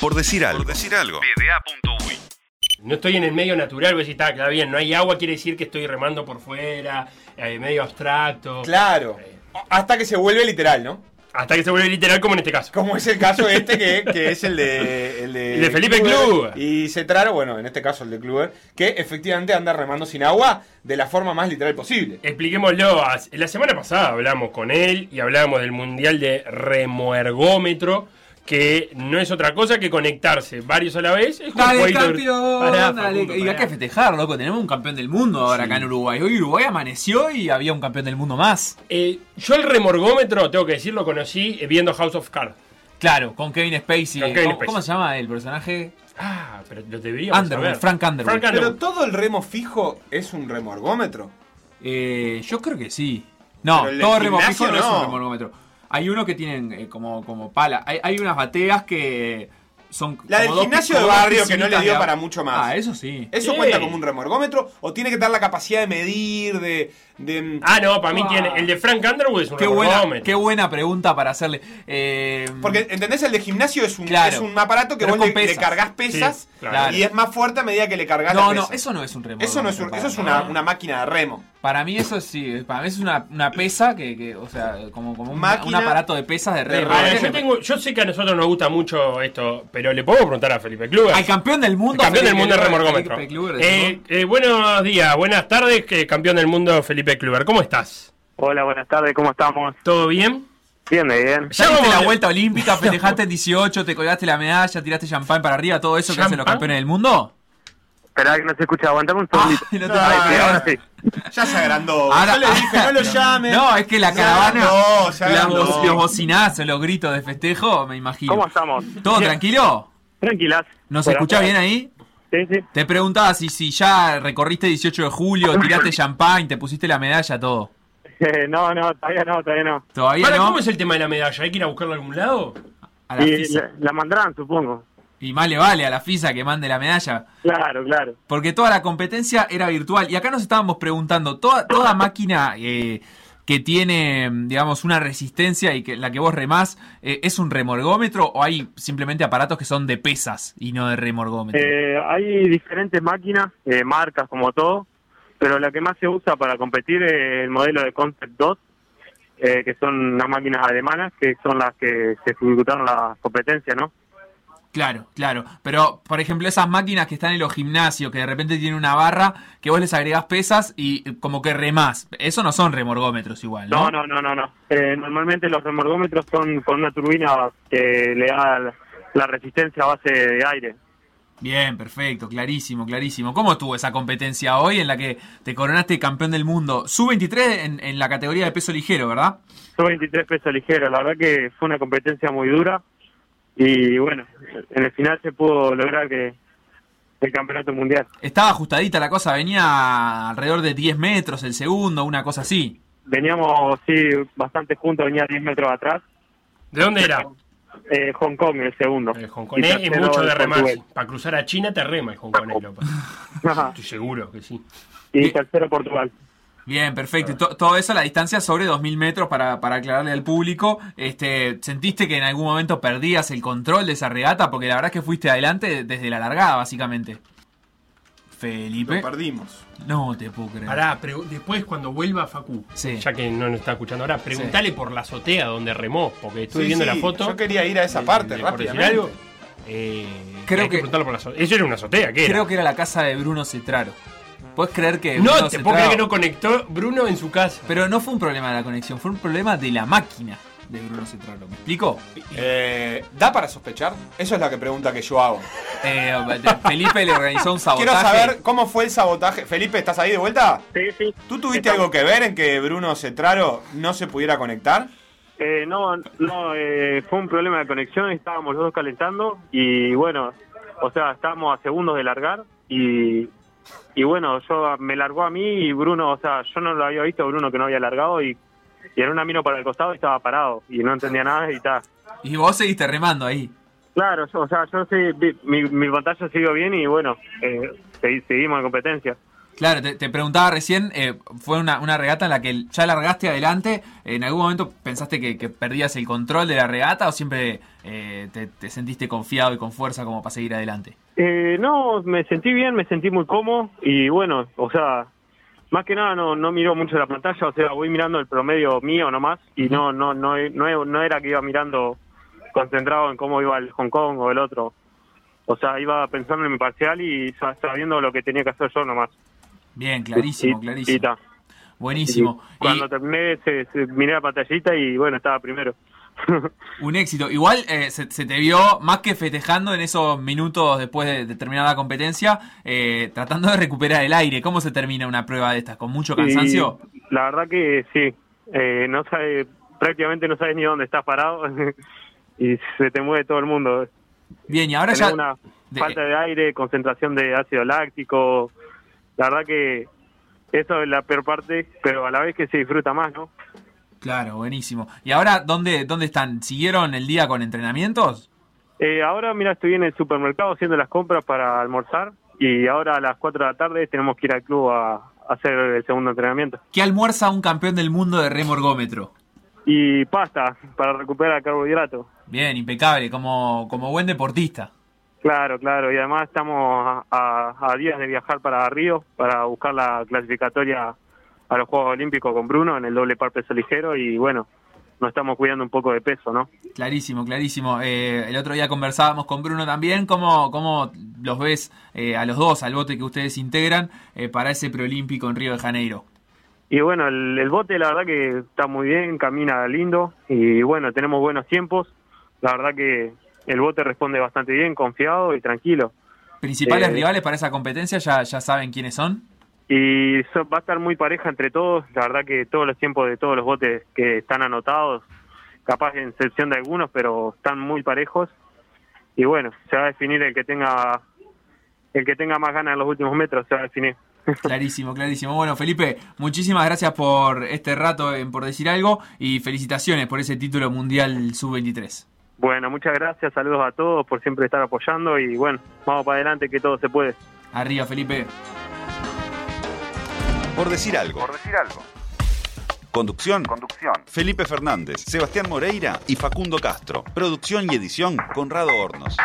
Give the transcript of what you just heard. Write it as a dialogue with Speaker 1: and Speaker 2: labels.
Speaker 1: Por decir algo.
Speaker 2: Por decir algo.
Speaker 3: PDA.uy.
Speaker 4: No estoy en el medio natural, voy a decir, está, está bien, no hay agua, quiere decir que estoy remando por fuera, eh, medio abstracto.
Speaker 5: Claro.
Speaker 4: Eh,
Speaker 5: Hasta que se vuelve literal, ¿no?
Speaker 4: hasta que se vuelve literal como en este caso.
Speaker 5: Como es el caso este que, que es el de, el de,
Speaker 4: El de Felipe Kluber.
Speaker 5: Y Cetraro, bueno, en este caso el de Kluber, que efectivamente anda remando sin agua de la forma más literal posible.
Speaker 4: Eh, Expliquémoslo, as- la semana pasada hablamos con él y hablamos del Mundial de Remoergómetro, que no es otra cosa que conectarse varios a la vez. Es como un
Speaker 6: Dale,
Speaker 4: jueguito de-
Speaker 6: campeón.
Speaker 4: Pará,
Speaker 6: dale.
Speaker 4: Facundo,
Speaker 6: y hay
Speaker 4: pará.
Speaker 6: que festejar, loco. Tenemos un campeón del mundo ahora acá en Uruguay. Hoy Uruguay amaneció y había un campeón del mundo más.
Speaker 4: Eh, yo el remorgómetro, tengo que decir, lo conocí eh, viendo House of Cards.
Speaker 6: Claro, con Kevin Spacey.
Speaker 4: Con Kevin
Speaker 6: ¿Cómo,
Speaker 4: Spacey.
Speaker 6: cómo se llama el personaje?
Speaker 4: Ah, pero lo deberíamos
Speaker 6: Underwood,
Speaker 4: saber.
Speaker 6: Frank Underwood.
Speaker 4: Frank
Speaker 5: Pero
Speaker 4: Underwood.
Speaker 5: todo el remo fijo es un remorgómetro.
Speaker 6: Eh, yo creo que sí. No,
Speaker 5: Pero el
Speaker 6: todo
Speaker 5: del
Speaker 6: remorgómetro
Speaker 5: gimnasio
Speaker 6: no. es un
Speaker 5: no.
Speaker 6: remorgómetro. Hay uno que tienen eh, como, como pala. Hay, hay unas bateas que son.
Speaker 5: La del
Speaker 6: como dos
Speaker 5: gimnasio
Speaker 6: piscinas-
Speaker 5: de
Speaker 6: dos
Speaker 5: barrio que no
Speaker 6: piscinitas
Speaker 5: le dio
Speaker 6: de-
Speaker 5: para mucho más.
Speaker 6: Ah, eso sí.
Speaker 5: ¿Eso
Speaker 4: Sí.
Speaker 5: cuenta como un remorgómetro? ¿O tiene que dar la capacidad de medir, de... de-
Speaker 4: Ah, no, para mí
Speaker 6: Ah.
Speaker 4: tiene. El de Frank Underwood es un
Speaker 6: Qué buena,
Speaker 4: remorgómetro.
Speaker 6: qué buena pregunta para hacerle. Eh,
Speaker 5: Porque, ¿entendés? El de gimnasio es un,
Speaker 6: Claro.
Speaker 5: es un aparato que vos
Speaker 6: Pero con
Speaker 5: le, le
Speaker 6: pesas.
Speaker 5: cargas pesas
Speaker 4: Sí, claro.
Speaker 5: y es más fuerte a medida que le cargas
Speaker 6: no,
Speaker 5: la
Speaker 6: no,
Speaker 5: pesa.
Speaker 6: eso no es un remorgómetro.
Speaker 5: Eso no es un- eso es
Speaker 6: para
Speaker 5: una,
Speaker 6: mí.
Speaker 5: una máquina de remo.
Speaker 6: Para mí eso sí, eh, para mí es una, una pesa que, que, o sea, como, como un,
Speaker 5: Máquina
Speaker 6: un aparato de pesas de red.
Speaker 5: de
Speaker 4: Ahora,
Speaker 5: remo.
Speaker 4: Ah, yo, tengo- yo sé que a nosotros nos gusta mucho esto, pero le podemos preguntar a Felipe Kluber.
Speaker 6: Al campeón del
Speaker 4: El
Speaker 6: mundo.
Speaker 4: campeón del mundo de
Speaker 6: Felipe
Speaker 4: remorgómetro.
Speaker 6: Felipe Kluber,
Speaker 4: Eh,
Speaker 6: ¿no?
Speaker 4: eh, buenos días, buenas tardes, eh, campeón del mundo Felipe Kluber. ¿Cómo estás?
Speaker 7: Hola, buenas tardes, ¿cómo estamos?
Speaker 4: ¿Todo bien?
Speaker 7: Bien, bien.
Speaker 6: Ya diste la
Speaker 4: de-
Speaker 6: vuelta olímpica, festejaste en 18, te colgaste la medalla, tiraste champán para arriba, todo eso que hacen los
Speaker 4: ¿Champán?
Speaker 6: campeones del mundo.
Speaker 7: Esperá que no se escucha, aguantame un segundito.
Speaker 6: Ay, no te
Speaker 7: Ahí,
Speaker 5: Ah,
Speaker 7: sí,
Speaker 6: parece.
Speaker 7: ahora sí.
Speaker 5: Ya se agrandó.
Speaker 6: Ahora- ah,
Speaker 5: yo le dije, no lo llames.
Speaker 6: No, es que la
Speaker 5: Ya
Speaker 6: caravana,
Speaker 5: agrandó, ya
Speaker 6: las
Speaker 5: agrandó.
Speaker 6: bo- los bocinazos, los gritos de festejo, me imagino.
Speaker 7: ¿Cómo estamos?
Speaker 6: ¿Todo tranquilo?
Speaker 7: Tranquilas.
Speaker 6: ¿Nos
Speaker 7: Por
Speaker 6: escuchás
Speaker 7: acá.
Speaker 6: bien ahí?
Speaker 7: Sí, sí.
Speaker 6: Te preguntaba si, si ya recorriste 18 de julio, tiraste champán, te pusiste la medalla, todo.
Speaker 7: Eh, no, no, todavía no, todavía no.
Speaker 6: ¿Todavía
Speaker 4: Para,
Speaker 6: no?
Speaker 4: ¿Cómo es el tema de la medalla? ¿Hay que ir a buscarla a algún lado?
Speaker 6: A la
Speaker 7: Y
Speaker 6: FISA.
Speaker 7: la, la mandarán, supongo.
Speaker 6: Y más le vale a la FISA que mande la medalla.
Speaker 7: Claro, claro.
Speaker 6: Porque toda la competencia era virtual. Y acá nos estábamos preguntando, toda, toda máquina eh, que tiene, digamos, una resistencia y que la que vos remás, eh, ¿es un remorgómetro o hay simplemente aparatos que son de pesas y no de remorgómetro?
Speaker 7: Eh, hay diferentes máquinas, eh, marcas como todo, pero la que más se usa para competir es el modelo de Concept 2, eh, que son las máquinas alemanas, que son las que se ejecutaron las competencias, ¿no?
Speaker 6: Claro, claro. Pero, por ejemplo, esas máquinas que están en los gimnasios, que de repente tienen una barra, que vos les agregás pesas y eh, como que remás. Eso no son remorgómetros igual, ¿no?
Speaker 7: No, no, no, no, no. Eh, normalmente los remorgómetros son con una turbina que le da la- la resistencia a base de aire.
Speaker 6: Bien, perfecto, clarísimo, clarísimo. ¿Cómo estuvo esa competencia hoy en la que te coronaste campeón del mundo? Sub-23 en, en la categoría de peso ligero, ¿verdad?
Speaker 7: Son 23 pesos ligeros, la verdad que fue una competencia muy dura y bueno, en el final se pudo lograr que el campeonato mundial.
Speaker 6: Estaba ajustadita la cosa, venía alrededor de 10 metros el segundo, una cosa así.
Speaker 7: Veníamos, sí, bastante juntos, venía 10 metros atrás.
Speaker 4: ¿De dónde era?
Speaker 7: Eh, Hong Kong el segundo.
Speaker 4: El
Speaker 7: Y
Speaker 4: hongkonés es
Speaker 7: tercero,
Speaker 4: mucho de
Speaker 7: el
Speaker 4: remar.
Speaker 7: portugués.
Speaker 4: Para cruzar a China te rema el hongkonés, López.
Speaker 7: Ajá,
Speaker 4: Estoy seguro que sí.
Speaker 7: y tercero Portugal.
Speaker 6: Bien, perfecto. Y to- todo eso a la distancia sobre 2.000 metros para, para aclararle al público. Este, ¿Sentiste que en algún momento perdías el control de esa regata? Porque la verdad es que fuiste adelante desde la largada, básicamente.
Speaker 5: Lo
Speaker 6: Felipe.
Speaker 5: perdimos.
Speaker 6: No te puedo creer.
Speaker 4: Pará, pregu- después cuando vuelva Facu,
Speaker 6: Sí.
Speaker 4: ya que no nos está escuchando ahora, preguntale por la azotea donde remó, porque estuve
Speaker 5: Sí,
Speaker 4: viendo
Speaker 5: sí,
Speaker 4: la foto.
Speaker 5: Yo quería ir a esa
Speaker 4: de-
Speaker 5: parte,
Speaker 4: de- por decir
Speaker 5: rápidamente.
Speaker 4: algo. Eh,
Speaker 6: Creo
Speaker 4: hay que,
Speaker 6: que-
Speaker 4: preguntarlo por la azotea. Eso era una azotea, ¿qué era?
Speaker 6: Creo que era la casa de Bruno Cetraro. ¿Puedes creer que
Speaker 4: No,
Speaker 6: Bruno
Speaker 4: te puedo creer
Speaker 6: Cetraro-
Speaker 4: que no conectó Bruno en su casa.
Speaker 6: Pero no fue un problema de la conexión, fue un problema de la máquina de Bruno Cetraro. ¿Me explico?
Speaker 5: Eh, ¿Da para sospechar? Eso es la que pregunta que yo hago.
Speaker 6: Eh, Felipe le organizó un sabotaje.
Speaker 5: Quiero saber cómo fue el sabotaje. Felipe, ¿estás ahí de vuelta?
Speaker 7: Sí, sí.
Speaker 5: ¿Tú tuviste algo que ver en que Bruno Cetraro no se pudiera conectar?
Speaker 7: Eh, no, no, eh, fue un problema de conexión, estábamos los dos calentando y bueno, o sea, estábamos a segundos de largar y, y bueno, yo me largó a mí y Bruno, o sea, yo no lo había visto, Bruno que no había largado y, y en una miro para el costado y estaba parado y no entendía nada y está.
Speaker 6: Y vos seguiste remando ahí.
Speaker 7: Claro, yo- o sea, yo sí, vi- mi, mi pantalla siguió bien y bueno, eh, segui- seguimos en competencia.
Speaker 6: Claro, te, te preguntaba recién, eh, fue una, una regata en la que ya largaste adelante, ¿en algún momento pensaste que, que perdías el control de la regata o siempre eh, te, te sentiste confiado y con fuerza como para seguir adelante?
Speaker 7: Eh, no, me sentí bien, me sentí muy cómodo y bueno, o sea, más que nada no, no miro mucho la pantalla, o sea, voy mirando el promedio mío nomás y no, no, no, no, no era que iba mirando concentrado en cómo iba el Hong Kong o el otro. O sea, iba pensando en mi parcial y sa- sabiendo lo que tenía que hacer yo nomás.
Speaker 6: Bien, clarísimo,
Speaker 7: Y-
Speaker 6: clarísimo.
Speaker 7: y ta.
Speaker 6: Buenísimo.
Speaker 7: Y cuando terminé, se- se- miré la pantallita y bueno, estaba primero.
Speaker 6: Un éxito. Igual eh, se, se te vio más que festejando en esos minutos después de, de terminar la competencia, eh, tratando de recuperar el aire. ¿Cómo se termina una prueba de estas? ¿Con mucho cansancio?
Speaker 7: Y la verdad que sí, eh, no sabe, prácticamente no sabes ni dónde estás parado y se te mueve todo el mundo.
Speaker 6: Bien, y ahora
Speaker 7: Tenés
Speaker 6: ya...
Speaker 7: una
Speaker 6: de-
Speaker 7: falta de aire, concentración de ácido láctico, la verdad que eso es la peor parte, pero a la vez que se disfruta más, ¿no?
Speaker 6: Claro, buenísimo. ¿Y ahora dónde, dónde están? ¿Siguieron el día con entrenamientos?
Speaker 7: Eh, ahora, mira, estoy en el supermercado haciendo las compras para almorzar y ahora a las 4 de la tarde tenemos que ir al club a, a hacer el segundo entrenamiento.
Speaker 6: ¿Qué almuerza un campeón del mundo de remorgómetro?
Speaker 7: Y pasta para recuperar el carbohidrato.
Speaker 6: Bien, impecable, como, como buen deportista.
Speaker 7: Claro, claro, y además estamos a, a- a días de viajar para Río para buscar la clasificatoria a los Juegos Olímpicos con Bruno en el doble par peso ligero y bueno, nos estamos cuidando un poco de peso, ¿no?
Speaker 6: Clarísimo, clarísimo. Eh, el otro día conversábamos con Bruno también. ¿Cómo, cómo los ves eh, a los dos, al bote que ustedes integran eh, para ese preolímpico en Río de Janeiro?
Speaker 7: Y bueno, el, el bote la verdad que está muy bien, camina lindo y bueno, tenemos buenos tiempos. La verdad que el bote responde bastante bien, confiado y tranquilo.
Speaker 6: ¿Principales
Speaker 7: Eh,
Speaker 6: rivales para esa competencia? ¿Ya, ya saben quiénes son?
Speaker 7: Y so- va a estar muy pareja entre todos. La verdad que todos los tiempos de todos los botes que están anotados, capaz en excepción de algunos, pero están muy parejos. Y bueno, se va a definir el que tenga el que tenga más ganas en los últimos metros, se va a definir.
Speaker 6: Clarísimo, clarísimo. Bueno, Felipe, muchísimas gracias por este rato, en por decir algo, y felicitaciones por ese título mundial sub-23.
Speaker 7: Bueno, muchas gracias, saludos a todos por siempre estar apoyando y bueno, vamos para adelante que todo se puede.
Speaker 6: Arriba, Felipe.
Speaker 1: Por decir algo.
Speaker 2: Por decir algo.
Speaker 1: Conducción.
Speaker 2: Conducción.
Speaker 1: Felipe Fernández, Sebastián Moreira y Facundo Castro. Producción y edición, Conrado Hornos.